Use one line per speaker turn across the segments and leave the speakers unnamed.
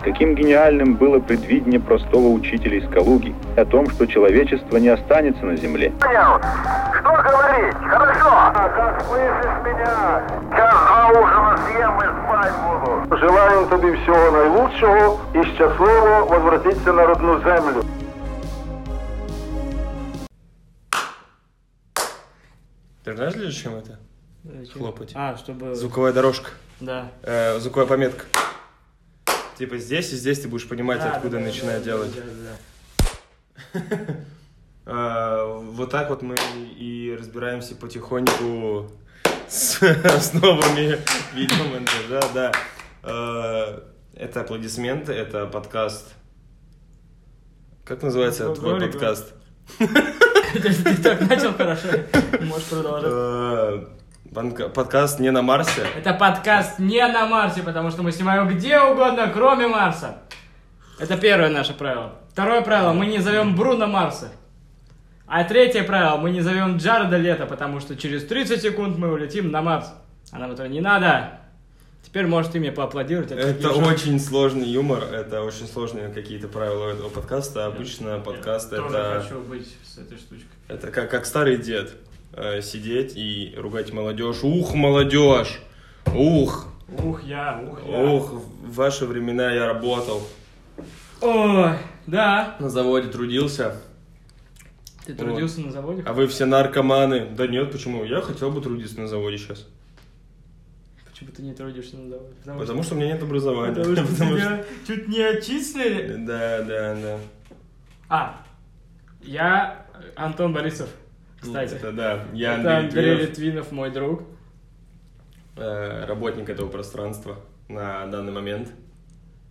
Каким гениальным было предвидение простого учителя из Калуги о том, что человечество не останется на земле.
Понял. Что говорить? Хорошо.
Как А, слышишь меня?
Час два ужина съем и спать буду.
Желаємо тобі всього найкращого і щасливо возвратитися на родну землю.
Ты знаешь, для чего это? Хлопать.
А, чтобы...
Звуковая дорожка.
Да.
Э, звуковая пометка. Типа здесь и здесь ты будешь понимать,
А,
откуда
да, да,
начинать
да,
делать.
да, да.
Э, вот так вот мы и разбираемся потихоньку с, с новыми видео Да, да. Э, это аплодисменты, это подкаст. Как называется
Ну,
твой
говори,
подкаст?
Ты так начал хорошо. Можешь продолжать.
Э, банка- подкаст не на Марсе.
Это подкаст не на Марсе, потому что мы снимаем где угодно, кроме Марса. Это первое наше правило. Второе правило, мы не зовем Бруно Марса. А третье правило, мы не зовем Джареда Лето, потому что через 30 секунд мы улетим на Марс. А нам этого не надо. Теперь, может, ты мне поаплодировать. а то
Это
я уже-
очень сложный юмор, это очень сложные какие-то правила этого подкаста. Обычно подкаст
Я тоже
это,
хочу быть с этой штучкой.
это как, как старый дед э, сидеть и ругать молодежь. Ух, молодежь! Ух!
Ух я, ух я.
Ух, в ваши времена я работал.
Ой, да.
На заводе трудился.
Ты трудился на заводе?
А вы все наркоманы. Да нет, почему? Я хотел бы трудиться на заводе сейчас.
А Почему ты не трудишься на заводе?
Потому что у меня нет образования.
Потому что
Потому что-
тебя чуть не отчислили.
Да, да, да.
А, я Антон Борисов, кстати.
Ну, Это да. Я
Это
Андрей
Андрей
Литвинов.
Литвинов, мой друг.
э, работник этого пространства на данный момент.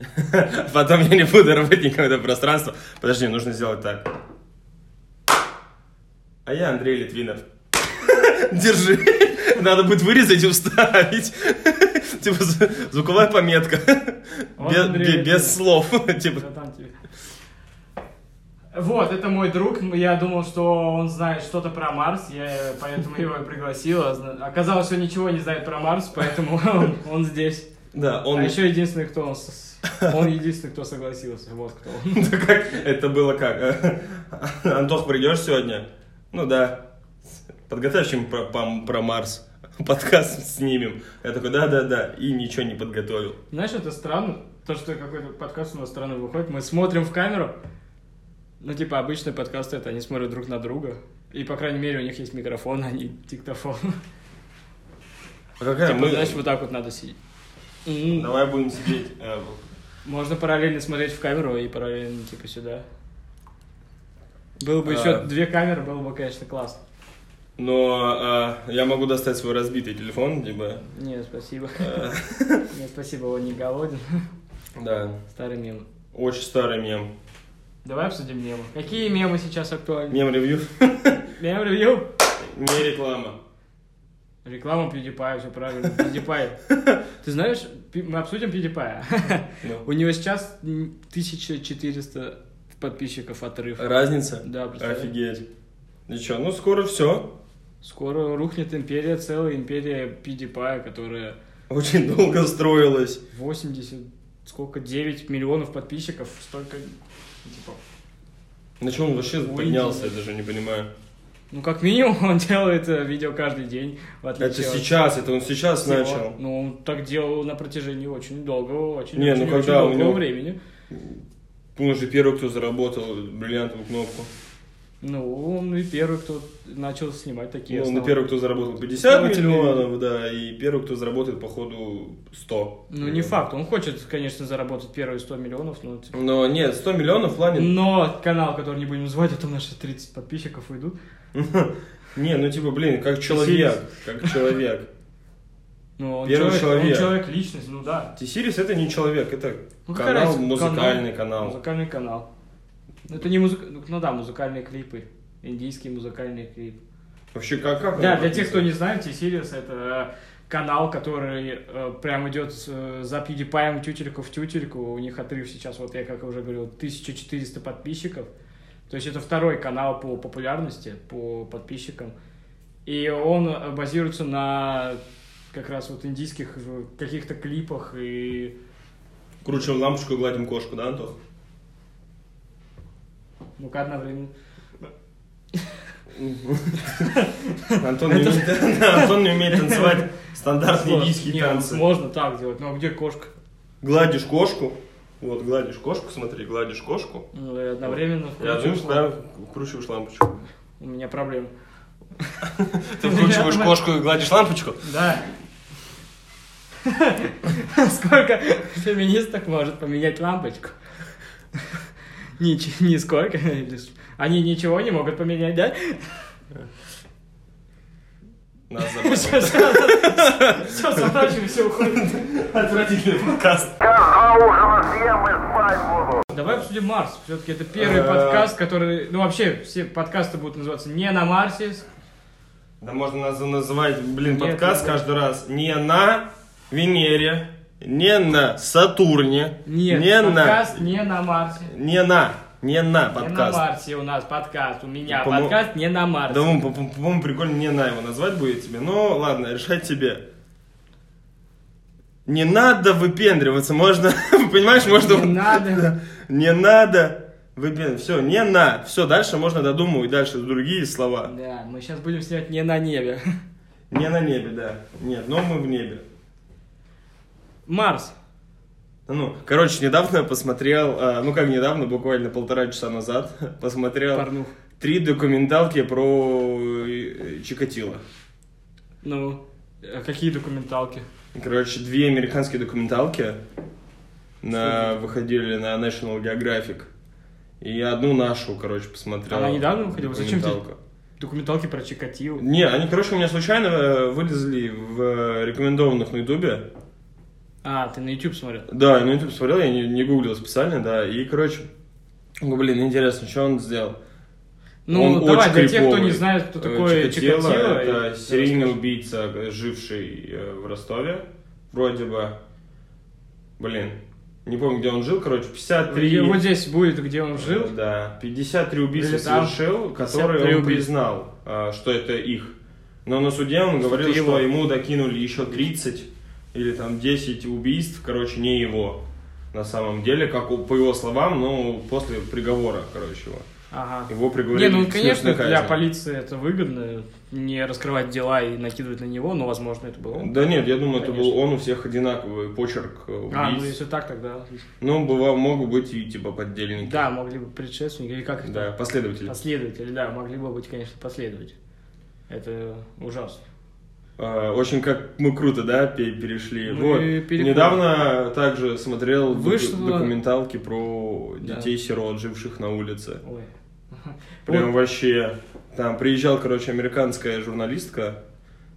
Потом я не буду работником этого пространства. Подожди, нужно сделать так. А я Андрей Литвинов. Держи. Надо будет вырезать и вставить. Типа зв- звуковая пометка.
Он
Без-
Андрей
бе-
Литвинов.
Без слов. Типа.
Братан тебе. Вот, это мой друг. Я думал, что он знает что-то про Марс, я поэтому его и пригласил. А зна- Оказалось, что ничего не знает про Марс, поэтому он, он здесь.
Да,
А
он...
еще единственный, кто он, с- он единственный, кто согласился. Вот кто он.
Да как? Это было как? Антох, придешь сегодня? Ну да. Подготовь чем про, пам- про Марс. Подкаст снимем. Я такой, да-да-да. И ничего не подготовил.
Знаешь, это странно, то, что какой-то подкаст у нас странно выходит. Мы смотрим в камеру, ну, типа, обычные подкасты, это они смотрят друг на друга. И, по крайней мере, у них есть микрофон, а не диктофон.
А какая
Типа,
мы- Ну.
знаешь, вот так вот надо сидеть. М.
Давай будем сидеть. э,
Можно параллельно смотреть в камеру и параллельно, типа, сюда. Было бы
А.
еще две камеры, было бы, конечно, классно.
Но э, я могу достать свой разбитый телефон, либо...
Нет, спасибо.
э,
Нет, спасибо, он не голоден.
Да.
Старый мем.
Очень старый мем.
Давай обсудим мемы. Какие мемы сейчас актуальны?
Мем-ревью.
Мем-ревью?
Не реклама.
Реклама PewDiePie, все правильно. PewDiePie. Ты знаешь, пи- мы обсудим PewDiePie.
Ну.
У него сейчас м, 1400 подписчиков отрыв.
Разница?
Да, представляешь?
Офигеть. И чё, ну скоро все.
Скоро рухнет империя, целая империя PewDiePie, которая
Очень долго строилась.
80, сколько, 9 миллионов подписчиков, столько, типа,
На чем он вообще
Ой,
поднялся, я
интересно.
даже не понимаю.
ну, как минимум, он делает э, видео каждый день, в
Это
отличие от
сейчас, это он сейчас
всего.
начал.
Ну, он так делал на протяжении очень долгого, очень,
Не, ну,
очень, очень
когда у
долгого
него-
времени.
Он же первый, кто заработал бриллиантовую кнопку.
Ну, он и первый, кто начал снимать такие
Ну, он и
основы.
первый, кто заработал 50
Основатели.
миллионов, да, и первый, кто заработает, походу, 100.
Ну, не факт. Он хочет, конечно, заработать первые 100 миллионов, но... типа-
Но нет, 100 миллионов в плане...
Но канал, который не будем звать, а то наши 30 подписчиков уйдут.
Не, ну типа, блин, как человек, как человек.
Но Ну, он
Первый человек.
Он человек, личность, ну да.
T-Series это не человек, это
Ну, какая
канал,
разница,
музыкальный канал.
Музыкальный канал. Ну, это не музыка... Ну, ну да, музыкальные клипы. Индийский музыкальный клип.
Вообще, как... как
Да,
он
для тех, кто
написан?
не знает, T-Series это э, канал, который э, прям идет э, за PewDiePie тютельку в тютельку. У них отрыв сейчас, вот я как уже говорил, 1400 подписчиков. То есть это второй канал по популярности, по подписчикам. И он э, базируется на как раз вот индийских э, каких-то клипах и
Кручим лампочку и гладим кошку, да, Антох?
Ну-ка, ну, одновременно.
Антон не умеет- да, Антон не умеет танцевать стандартные
Сложно.
индийские
Не, ну,
танцы.
Можно так делать, но где кошка?
Гладишь кошку. Вот, гладишь кошку, смотри, гладишь кошку.
Ну, и одновременно
И одну
включу.
да, вкручиваешь лампочку.
У меня проблемы.
Ты вкручиваешь кошку и гладишь лампочку?
Да. Сколько феминисток может поменять лампочку? Нич- Нисколько. Они ничего не могут поменять, да?
Нас
Все,
забанят.
сворачиваем, все уходит.
Отвратительный подкаст.
Я ужина съем и спать буду.
Давай обсудим Марс. Все-таки это первый
Э.
подкаст, который... Ну, вообще, все подкасты будут называться «Не на Марсе».
Да можно нас называть, блин,
Нет,
подкаст
нет, нет.
каждый раз. Не на Венере, не на Сатурне,
Нет,
не на...
подкаст «Не на Марсе».
Не на, не на
Не на
подкаст.
Марсе у нас подкаст. У меня
По-мо-
подкаст «Не на Марсе».
Да, по- по- по-моему, прикольно не на его назвать будет тебе. Ну, ладно, решать тебе. Не надо выпендриваться, можно, понимаешь, можно...
Не надо.
Не надо выпендриваться. Все, не на. Все, дальше можно додумывать дальше другие слова.
Да, мы сейчас будем снимать «Не на небе».
Не на небе, да. Нет, но мы в небе.
Марс.
Ну, короче, недавно я посмотрел, а, ну как недавно, буквально полтора часа назад, посмотрел
Порнух.
три документалки про э, Чикатило.
Ну,
э,
а какие документалки?
Короче, две американские документалки на, выходили на National Geographic. И одну нашу, короче, посмотрел.
А Она недавно выходила? Зачем тебе-
Документалку.
Документалки про Чикатило.
Не, они, короче, у меня случайно э, вылезли в э, рекомендованных на Ютубе.
А, ты на YouTube смотрел?
Да, я на YouTube смотрел, я не, не гуглил специально, да. И, короче, ну, блин, интересно, что он сделал.
Ну,
Он
давай,
очень
для тех, кто
криповый.
не знает, кто
Э,
такой Чикатило.
это
и-
серийный убийца, э, живший э, в Ростове, вроде бы. Блин, не помню, где он жил, короче, 53...
Вот здесь будет, где он жил.
Да, 53 убийства
Или там
совершил, которые
53
он
убийства.
признал, э, что это их. Но на суде он говорил,
это его.
что ему докинули еще 30 или там 10 убийств, короче, не его. На самом деле, как у- по его словам, ну, после приговора, короче, его.
Ага.
Его приговорили
Не, ну,
к
конечно,
смертной
для
казни.
полиции это выгодно, не раскрывать дела и накидывать на него, но, возможно, это было. он.
Да нет, я думаю, это был
Конечно.
он у всех одинаковый почерк э, убийц.
А, ну, если так, тогда...
Ну, бывал, могут быть и типа поддельники.
Да, могли бы предшественники, или как их
Да, последователи.
Последователи, да, могли бы быть, конечно, последователи. Это ужасно.
Э, Очень как мы круто, да, пе- перешли.
Мы
вот.
Ну переходим.
Недавно также смотрел доку-
Вышло-
документалки про
Да.
детей-сирот, живших на улице.
Ой.
Прям вообще. Там приезжал, короче, американская журналистка,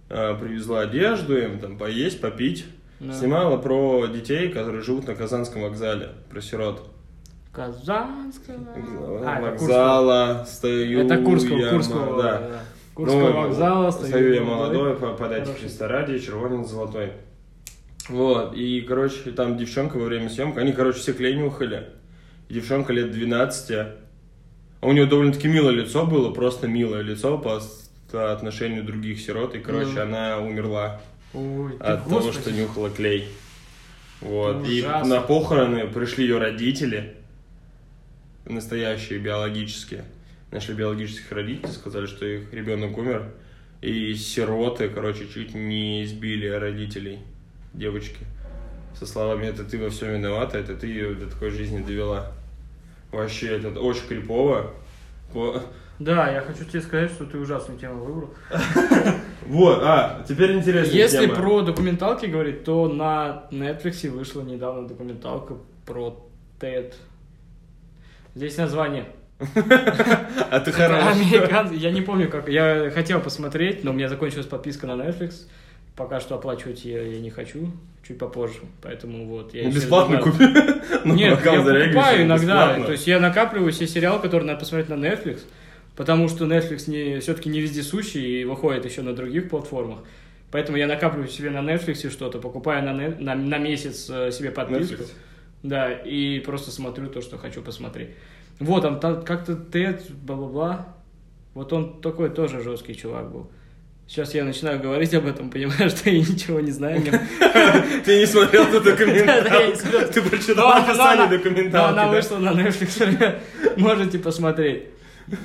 э, привезла одежду им, там поесть, попить.
Да.
Снимала про детей, которые живут на Казанском вокзале, про сирот.
Казанского. А, это Курского.
вокзала, стою
Это Курского,
я
Курского,
ма- да.
да. Курского
Ну,
вокзала.
Стою я молодой, по- подайте
Хороший.
Христа ради, червонец золотой. Вот, и, короче, там девчонка во время съемки, они, короче, все клей нюхали. И Девчонка лет 12, а у нее довольно-таки милое лицо было, просто милое лицо по с- по отношению других сирот, и, короче,
Ну.
она умерла
Ой, ты,
от того,
господи.
что нюхала клей. Вот, и
Ужасно.
на похороны пришли ее родители, настоящие, биологические. Нашли биологических родителей, сказали, что их ребенок умер. И сироты, короче, чуть не избили родителей девочки. Со словами, это ты во всем виновата, это ты ее до такой жизни довела. Вообще, это очень крипово. Во-
Да, я хочу тебе сказать, что ты ужасную тему выбрал.
Вот, а, теперь интересная
Если
тема.
про документалки говорить, то на Netflix вышла недавно документалка про Тед. Здесь название.
А ты
Это
хорош.
американ- Я не помню, как... Я хотел посмотреть, но у меня закончилась подписка на Netflix. Пока что оплачивать ее я не хочу. Чуть попозже. Поэтому вот... Я
Ну,
еще
бесплатно
добавил.
купи. Ну,
Нет,
пока
я
зарегишь,
покупаю иногда.
бесплатно.
То есть я накапливаю все сериалы, которые надо посмотреть на Netflix, потому что Netflix не, все-таки не вездесущий и выходит еще на других платформах. Поэтому я накапливаю себе на Netflix что-то, покупаю на, не- на, на месяц э, себе подписку.
Netflix.
Да, и просто смотрю то, что хочу посмотреть. Вот, там та- как-то Тед, бла-бла-бла. Вот он такой тоже жесткий чувак был. Сейчас я начинаю говорить об этом, понимаю, что я ничего не знаю. мне-
Ты не смотрел эту
Да, я не смотрел.
документалку. Ты
Но
прочитал
она- но
описание
она- но
документалки.
Она
да?
вышла на Netflix. Можете посмотреть.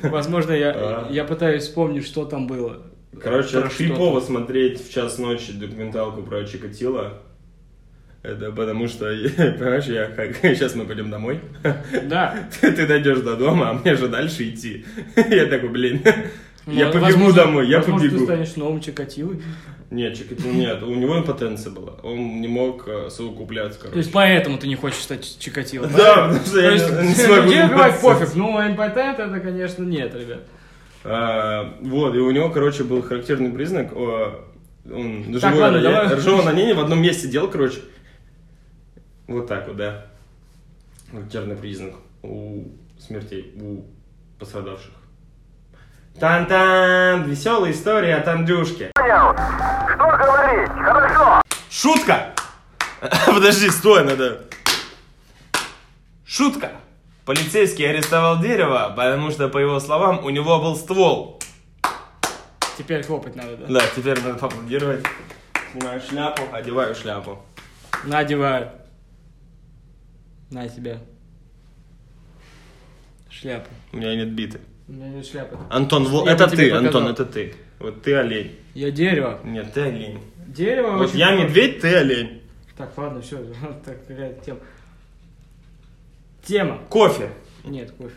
Возможно, я,
А.
я пытаюсь вспомнить, что там было.
Короче,
Про
это
что
крипово смотреть в час ночи документалку про Чикатило. Это потому что, понимаешь, я как... Сейчас мы пойдем домой.
там. Да.
Ты, ты дойдешь до дома, а мне же дальше идти. Я такой, блин, я
Ну,
побегу
возможно-
домой, я
возможно,
побегу.
ты станешь новым Чикатилой.
Нет, Чикатило нет, у него импотенция была. Он не мог э, совокупляться,
То
короче.
есть поэтому ты не хочешь стать Чикатилой.
Да, потому что я не- не смогу
Мне
заниматься.
пофиг, ну, импотент это, конечно, нет, ребят.
А, вот, и у него, короче, был характерный признак. о, он
Так, ладно, давай.
ржал а на ней в одном месте делал, короче. Вот так вот, да. Характерный признак у смертей, у пострадавших. Тан-тан! Веселая история от Андрюшки.
Понял? Что говорить? Хорошо.
Шутка! Подожди, стой, надо... Шутка! Полицейский арестовал дерево, потому что, по его словам, у него был ствол.
Теперь хлопать надо, да?
Да, теперь надо поаплодировать. Снимаю шляпу, одеваю шляпу.
Надеваю. На тебя. Шляпу.
У меня нет биты.
У меня нет шляпы.
Антон, вот
Я
это
бы тебе
ты,
показал.
Антон, это ты. Вот ты олень.
Я дерево.
Нет, ты олень.
Дерево
Вот
Ну, очень
я
похоже.
медведь, ты олень.
Так, ладно, все, так какая-то тема. Тема.
Кофе.
Нет, кофе.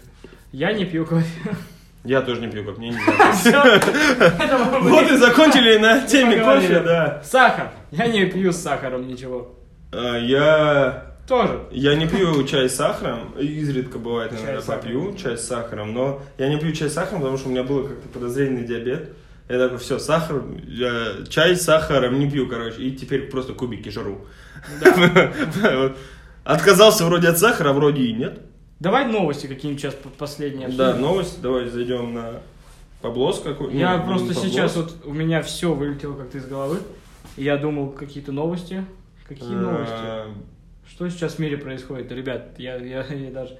Я не пью кофе.
Я тоже не пью кофе, мне нельзя.
Всё. Поэтому мы
Вот и закончили на теме
поговорили.
кофе, да.
Сахар. Я не пью с сахаром ничего.
А, Я...
Тоже.
Я не пью чай с сахаром, изредка бывает, иногда
с сахаром.
попью чай с сахаром, но я не пью чай с сахаром, потому что у меня было как-то подозрение на диабет. Я такой, все, сахар, я чай с сахаром не пью, короче, и теперь просто кубики жру. Вот. Отказался вроде от сахара, а вроде и нет.
Давай новости какие-нибудь сейчас по- последние.
Да,
обсудим.
новость, давай зайдем на поблос какой
Я
ну,
просто
на поблос.
сейчас вот у меня все вылетело как-то из головы. И Я думал какие-то новости. Какие новости?
Э,
Что сейчас в мире происходит, ребят? Я, я, я даже.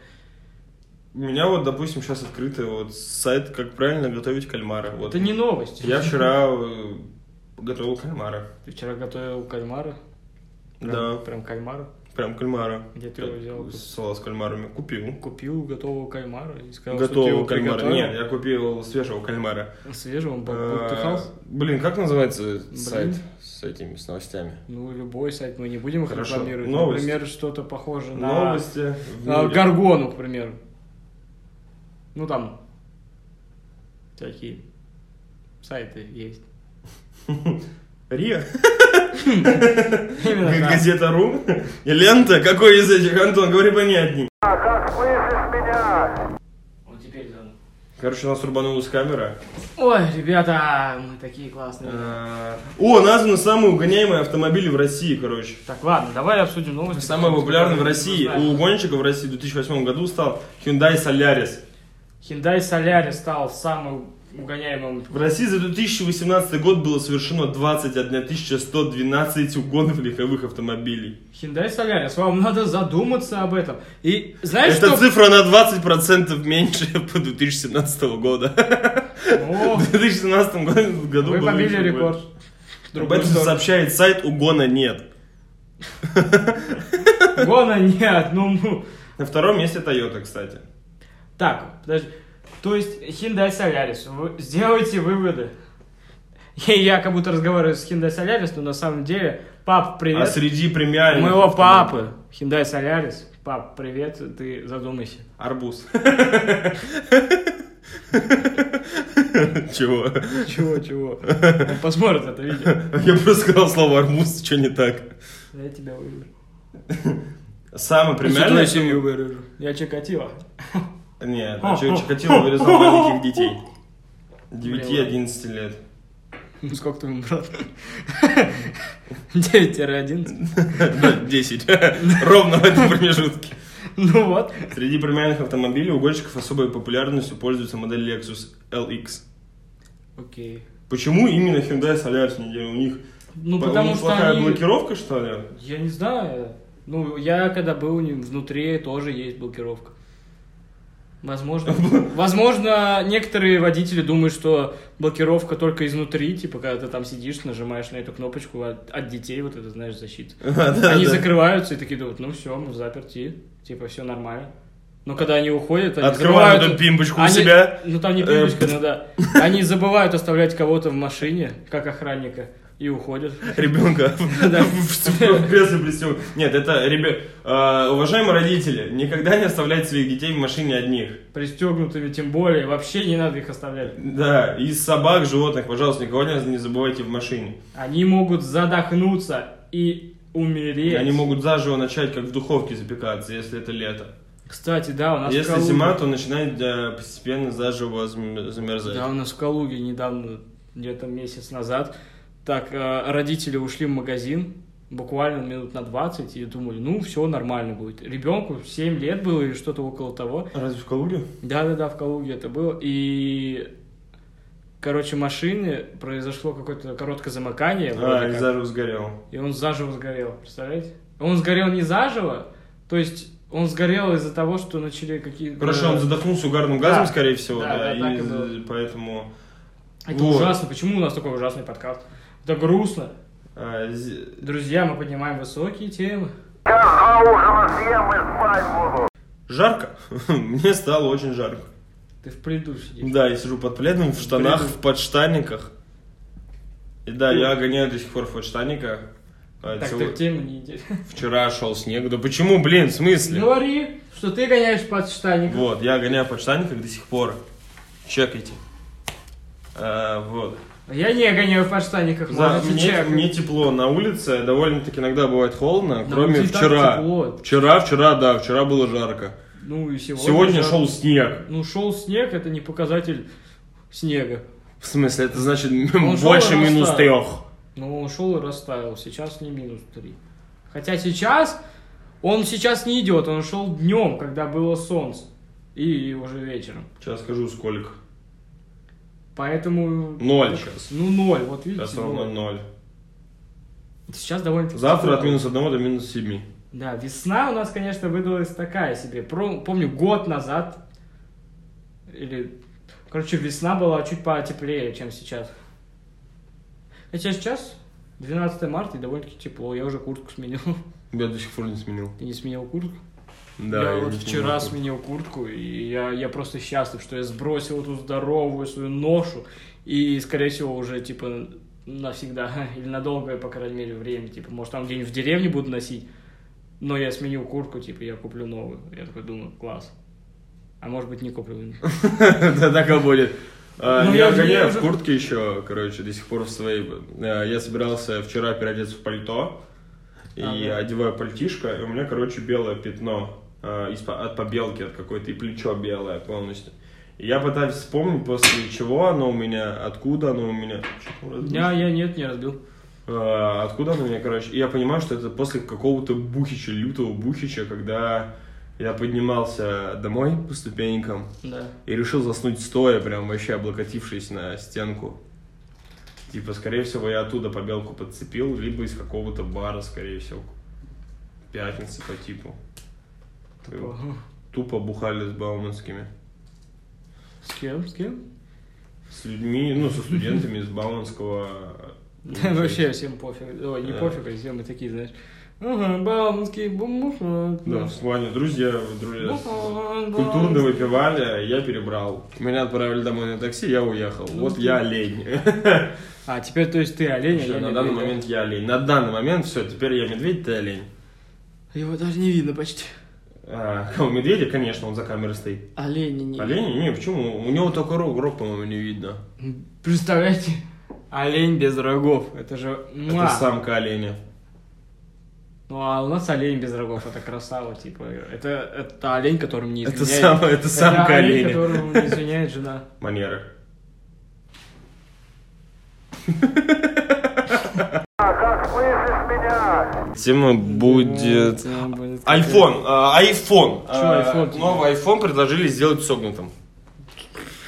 У меня вот, допустим, сейчас открытый вот сайт, как правильно готовить кальмара. Вот.
Это не новость.
Я вчера э, готовил кальмара.
Ты вчера готовил кальмара. Прям-
Да,
Прям кальмара.
прям кальмара.
Где ты
Так,
его взял?
Салат с кальмарами купил.
Купил готового кальмара и сказал, что ты его
Готового кальмара.
приготовил.
Нет, я купил свежего кальмара.
Свежего он
Э,
бухтыхался.
Блин, как называется сайт с этими с новостями?
Ну, любой сайт мы не будем их
Хорошо.
рекламировать.
Новости.
Например, что-то похоже на...
Новости. в
на
мире.
Гаргону, к примеру. Ну, там... Такие сайты есть.
Риа.
Именно так.
Газета Ру. И лента. Какой из этих, Антон? Говори понятней.
А как слышишь меня?
Вот теперь заново.
Короче, у нас рубанулась камера.
Ой, ребята, мы такие классные.
Э, О, названы самые угоняемые автомобили в России, короче.
Так, ладно, давай обсудим новости.
Самый популярный в
которые
России,
мы знаем.
у гонщиков в России в 2008 году стал Hyundai Solaris.
Hyundai Solaris стал самым угоняемым.
В России за 2018 год было совершено 21 112 угонов легковых автомобилей.
Hyundai Solaris, вам надо задуматься об этом. И знаешь,
Эта
что...
цифра на 20% меньше по 2017 года.
О,
В 2017 году году
вы
было
побили
еще
рекорд.
больше.
В
Об
другую
этом
сторону.
сообщает сайт «Угона нет».
Гона нет, ну, ну.
На втором месте Toyota, кстати. А
Так, подожди. То есть, Hyundai Solaris, вы сделайте выводы. И я как будто разговариваю с Hyundai Solaris, но на самом деле, пап,
А
привет.
среди премиальных...
Моего
автомобилей-
папы, Hyundai Solaris, пап, привет, ты задумайся.
Арбуз. Чего?
Чего, чего? Он посмотрит это видео.
Я просто сказал слово арбуз, что не так?
Я тебя вырежу.
Самый
Я
премиальный...
семью вырежу. Я Чикатило.
Нет, а чё, Чикатило вырезал маленьких детей. 9-11 лет.
Ну сколько твоему брату? 9-11.
10. Ровно в этом промежутке.
Ну вот.
Среди премиальных автомобилей у гонщиков особой популярностью пользуется модель Lexus LX.
Окей.
Почему именно Hyundai Solaris не делал? У них
Ну
по- у
потому
них
что
плохая
они...
блокировка, что ли?
Я не знаю. Ну, я когда был у них внутри, тоже есть блокировка. Возможно. Возможно, некоторые водители думают, что блокировка только изнутри, типа, когда ты там сидишь, нажимаешь на эту кнопочку от, от детей, вот это, знаешь, защита. Они закрываются и такие думают, ну все, мы заперти, типа, все нормально. Но когда они уходят, они
Открывают
забывают-
эту пимпочку у
они-
себя. Э,
Ну там не пимпочка, ну да. Они забывают оставлять кого-то в машине, как охранника, и уходят.
Ребенка в кресло плестем. Нет, это, ребят, уважаемые родители, никогда не оставляйте своих детей в машине одних.
Пристегнутыми тем более, вообще не надо их оставлять.
Да, из собак, животных, пожалуйста, никого не не забывайте в машине.
Они могут задохнуться и умереть.
Они могут заживо начать, как в духовке запекаться, если это лето.
Кстати, да, у нас А в
Если
Калуге-
зима, то начинает э, постепенно заживо зам- замерзать.
Да, у нас в Калуге недавно, где-то месяц назад, так э, родители ушли в магазин, буквально минут на 20, и думали, ну, все нормально будет. Ребенку 7 лет было или что-то около того.
Разве в Калуге?
Да-да-да, в Калуге это было. И, короче, машины, произошло какое-то короткое замыкание.
А,
вроде
и
как.
заживо сгорел.
И он заживо сгорел, представляете? Он сгорел не заживо, то есть он сгорел из-за того, что начали какие-то...
Короче, он задохнулся угарным газом,
Да.
скорее всего, да,
Да, да, так
и
и было.
поэтому...
Это
Вот.
ужасно. Почему у нас такой ужасный подкаст? Это грустно.
а, зи-
Друзья, мы поднимаем высокие темы.
Сейчас два ужина съем и спать буду.
Жарко. Мне стало очень жарко.
Ты в плену сидишь.
Да, я сижу под пледом, в штанах,
пледом.
в подштанниках. И да, я гоняю до сих пор в подштанниках. А,
Так
целую-
ты темы не идешь.
Вчера шел снег. Да почему, блин, в смысле?
Ну, Говори, что ты гоняешь под штаник.
Вот, я гоняю в подштанниках до сих пор. Чекайте. А, вот.
Я не гоняю в подштаниках,
За-
можете
мне,
чекать.
мне тепло на улице, довольно-таки иногда бывает холодно,
На
кроме
улице и Ну, так
вчера.
тепло.
Вчера, вчера, да, вчера было жарко.
Ну и сегодня.
Сегодня
же-
шел снег.
Ну шел снег, это не показатель снега.
В смысле, это значит
Он Ну, шел
больше
и
минус
растаял.
трех.
Но Ну, он шел и растаял. Сейчас не минус 3. Хотя сейчас он сейчас не идет. Он шел днем, когда было солнце. И уже вечером.
Сейчас скажу сколько.
Поэтому...
Ноль сейчас.
Ну, ноль, вот видите.
Сейчас ровно
ноль.
ноль.
Сейчас довольно
Завтра от минус одного до минус семи.
Да, весна у нас, конечно, выдалась такая себе. Про- Помню, год назад, или... Короче, весна была чуть потеплее, чем сейчас. Хотя сейчас 12 марта и довольно-таки тепло. Я уже куртку сменил.
Я до сих пор не сменил.
Ты не сменил куртку?
Да,
я,
я
вот
не
вчера
сменил.
сменил куртку, и я, я просто счастлив, что я сбросил эту здоровую свою ношу, и, скорее всего, уже, типа, навсегда, или на долгое, по крайней мере, время, типа, может, там где-нибудь в деревне буду носить, но я сменил куртку, типа, я куплю новую. Я такой думаю, класс. А может быть, не куплю.
Да, так и будет. А,
Ну,
Я
я же-
гоняю
я
в
же-
куртке еще, короче, до сих пор в своей. Э, Я собирался вчера переодеться в пальто. И
А, да.
одеваю пальтишко, и у меня, короче, белое пятно э, из по- от побелки, от какой-то, и плечо белое полностью. И я пытаюсь вспомнить, после чего оно у меня, откуда оно у меня. Чё, разбился?
Я, я нет, не разбил.
Э, Откуда она у меня, короче? И я понимаю, что это после какого-то бухича, лютого бухича, когда я поднимался домой по ступенькам
Да.
и решил заснуть стоя, прям вообще облокотившись на стенку. Типа, скорее всего, я оттуда побелку подцепил, либо из какого-то бара, скорее всего. Пятницы по типу.
Типа,
Тупо бухали с бауманскими.
С кем? С кем?
С людьми, ну, со студентами из бауманского...
Да, вообще всем пофиг. Ой, не
Да.
пофиг, а все мы такие, знаешь. Ага, бауманский бумбуш.
Да, в плане друзья, друзья. Культурно
Культурный
выпивали, я перебрал. Меня отправили домой на такси, я уехал.
Ну,
Вот я олень.
А, теперь, то есть, ты олень, а я
Всё, На
медведь,
данный
да?
момент я олень. На данный момент все, теперь я медведь, ты олень.
Его даже не видно почти.
А, у медведя, конечно, он за камерой стоит.
Оленя не
Олень? Не, почему? У него только рог, рог, по-моему, не видно.
видно. Представляете? Олень без рогов. Это же... муа.
Это самка оленя.
Ну, а у нас олень без рогов. Это красава, типа. Это, это олень, которым не
Это
изменяет.
самое- это самка
олень,
оленя.
которому не изменяет жена.
Манеры.
А как слышишь меня?
Тема будет...
Тема Ну, будет какая?
Айфон, а, айфон.
Чё
А,
iPhone?
Новый айфон предложили сделать согнутым.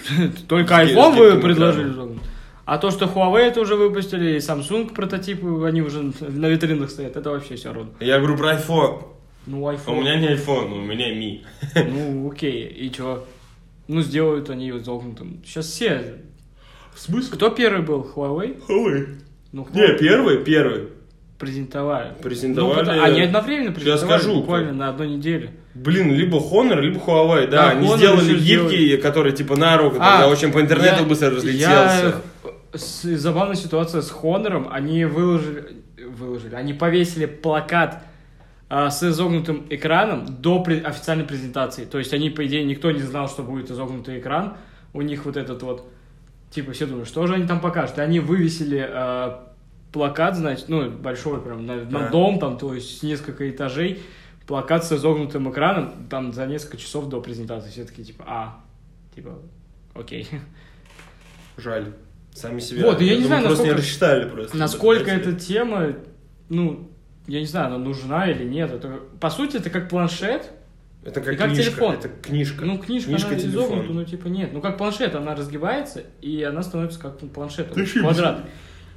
Только
С
iPhone вы
гибким
предложили.
экраном.
Жордан? А то, что Huawei это уже выпустили, и Samsung прототипы, они уже на витринах стоят, это вообще все ровно.
Я говорю про айфон. А
Ну, iPhone.
У меня не айфон, у меня ми.
Ну, окей, и чё? Ну, сделают они ее изогнутым. Сейчас все.
В смысле?
Кто первый был? Huawei?
Ой.
Ну,
Не,
Huawei
первый, первый.
презентовали.
презентовали.
Ну, вот они одновременно
Сейчас
презентовали.
скажу.
Буквально на одной неделе.
Блин, либо Honor, либо Huawei, да.
Да,
они
Honor
сделали
еще
гифки,
сделали.
которые типа на руку, тогда очень по интернету
А, я-
быстро разлетелся.
я- с- забавная ситуация с Хонором. Они выложили, выложили, они повесили плакат а, с изогнутым экраном до пре- официальной презентации. То есть они, по идее, никто не знал, что будет изогнутый экран. У них вот этот вот, типа, все думают, что же они там покажут. И они вывесили а, плакат, значит, ну, большой прям, на, на
Да.
дом там, то есть несколько этажей. Плакат с изогнутым экраном, там за несколько часов до презентации все такие, типа, а, типа, окей.
Жаль. Сами себя.
Вот, и я не
думаю,
знаю,
просто
насколько-
не рассчитали просто.
Насколько
Блядь,
эта тема, ну, я не знаю, она нужна или нет. Это, по сути, это как планшет.
Это
и
как,
как
книжка.
телефон.
Это книжка.
Ну, книжка, она
телефон.
изогнута, ну, типа, нет. Ну, как планшет, она разгибается, и она становится как ну, планшет,
Ты ошибся.
квадрат.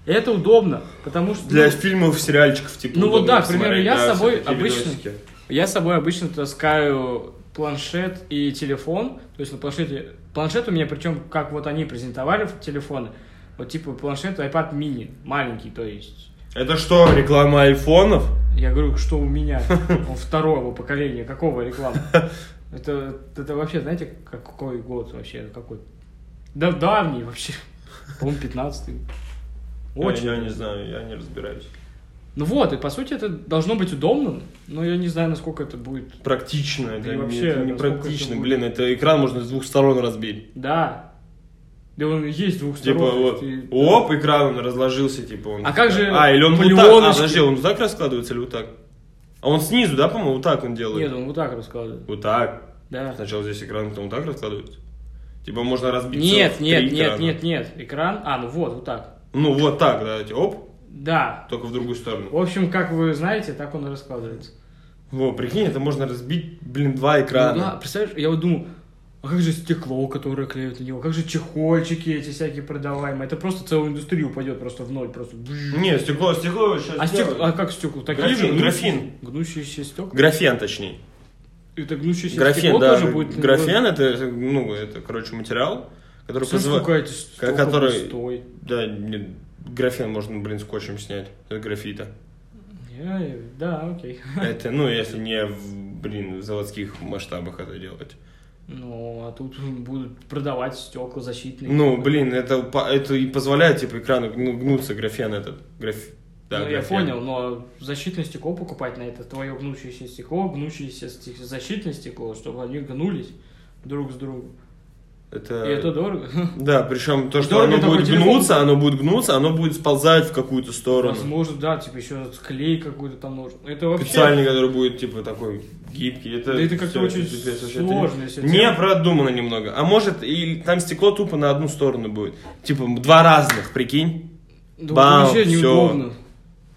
И это удобно, потому что...
Для
ну,
фильмов, сериальчиков, типа.
Ну вот
удобно
да, к примеру,
смотреть,
я с
да,
собой
всякие
обычно-
видосики.
Я с собой обычно таскаю планшет и телефон. То есть на планшете... Планшет у меня, причем, как вот они презентовали в телефоны, вот типа планшет iPad mini, маленький, то есть...
Это что, реклама айфонов?
Я говорю, что у меня, типа, у второго поколения, какого реклама? Это, это вообще, знаете, какой год вообще, какой? Да, давний вообще. По-моему, 15-й. Очень.
Я, я не знаю, я не разбираюсь.
Ну вот, и по сути это должно быть удобно, но я не знаю, насколько это будет.
Практично, это
и
не-
вообще,
это не
насколько это
практично.
будет?
Блин, это экран можно с двух сторон разбить.
Да. Да он и есть двух
Типа вот, оп, экран он разложился, типа он.
А как же
А, или он вот так, а,
полеоночки?
подожди, он вот так раскладывается или вот так? А он снизу, да, по-моему, вот так он делает?
Нет, он вот так раскладывает.
Вот так.
Да.
Сначала здесь экран, потом вот так раскладывается? Типа можно разбить
Нет,
целых
нет,
три
нет,
экрана.
нет, нет. Экран. А, ну вот, вот так.
Ну вот так, да, эти, оп,
Да.
только в другую сторону.
В общем, как вы знаете, так он и раскладывается.
Во, прикинь, это можно разбить, блин, два экрана.
Ну да, представляешь, я вот думал, а как же стекло, которое клеют на него, как же чехольчики эти всякие продаваемые, это просто целую индустрию упадет просто в ноль, просто. бжж.
Не, стекло, стекло сейчас
Ну, А, стекло, а как стекло? Такие
Графин,
же гнущие-
графин.
Гнущиеся стекла.
Графен, точнее.
Это гнущееся
Графен,
стекло
да.
тоже будет.
Графен, это, ну, это, короче, материал, который позва-
какая-то
который-
Стой.
Да, не- графен можно, блин, скотчем снять. Это графита.
Да, окей.
Это, ну, если не, в, блин, в заводских масштабах это делать.
Ну, а тут будут продавать стекла защитные.
Ну, блин, это, по- это и позволяет, типа, экрану гну- гнуться, графен этот. Граф... Да,
ну, я
графен.
понял, но защитное стекло покупать на это твое гнущееся стекло, гнущееся сте- защитное стекло, чтобы они гнулись друг с другом.
Это...
И это дорого.
Да, причем то, что
Дорого
оно
такой
будет
телефон.
гнуться, оно будет гнуться, оно будет сползать в какую-то сторону.
Возможно, да, типа еще клей какой-то там нужен. Ну, Это вообще...
Специальный, который будет, типа, такой гибкий. Это,
Да это как-то
всё,
очень
пипец, вообще, это
сложно, если
не, не
делать.
продумано немного. А может, и там стекло тупо на одну сторону будет. Типа, два разных, прикинь.
Да
Бам,
ну, вообще
всё.
неудобно.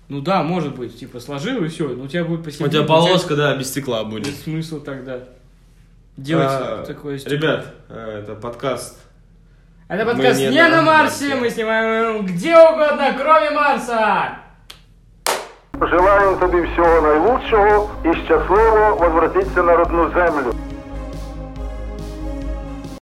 Ну да, может быть, типа сложил и все, но у тебя будет
Типа, У
посередине...
тебя полоска, да, без стекла
у тебя
будет.
Нет смысла тогда делать
А,
такое стекло.
Ребят, э, это подкаст.
Это подкаст
мы
«Не,
не
на
на
Марсе»,
Марсе.
мы снимаем его где угодно, кроме Марса!
Желаємо тобі всього найкращого і щасливо возвратитися на родну землю.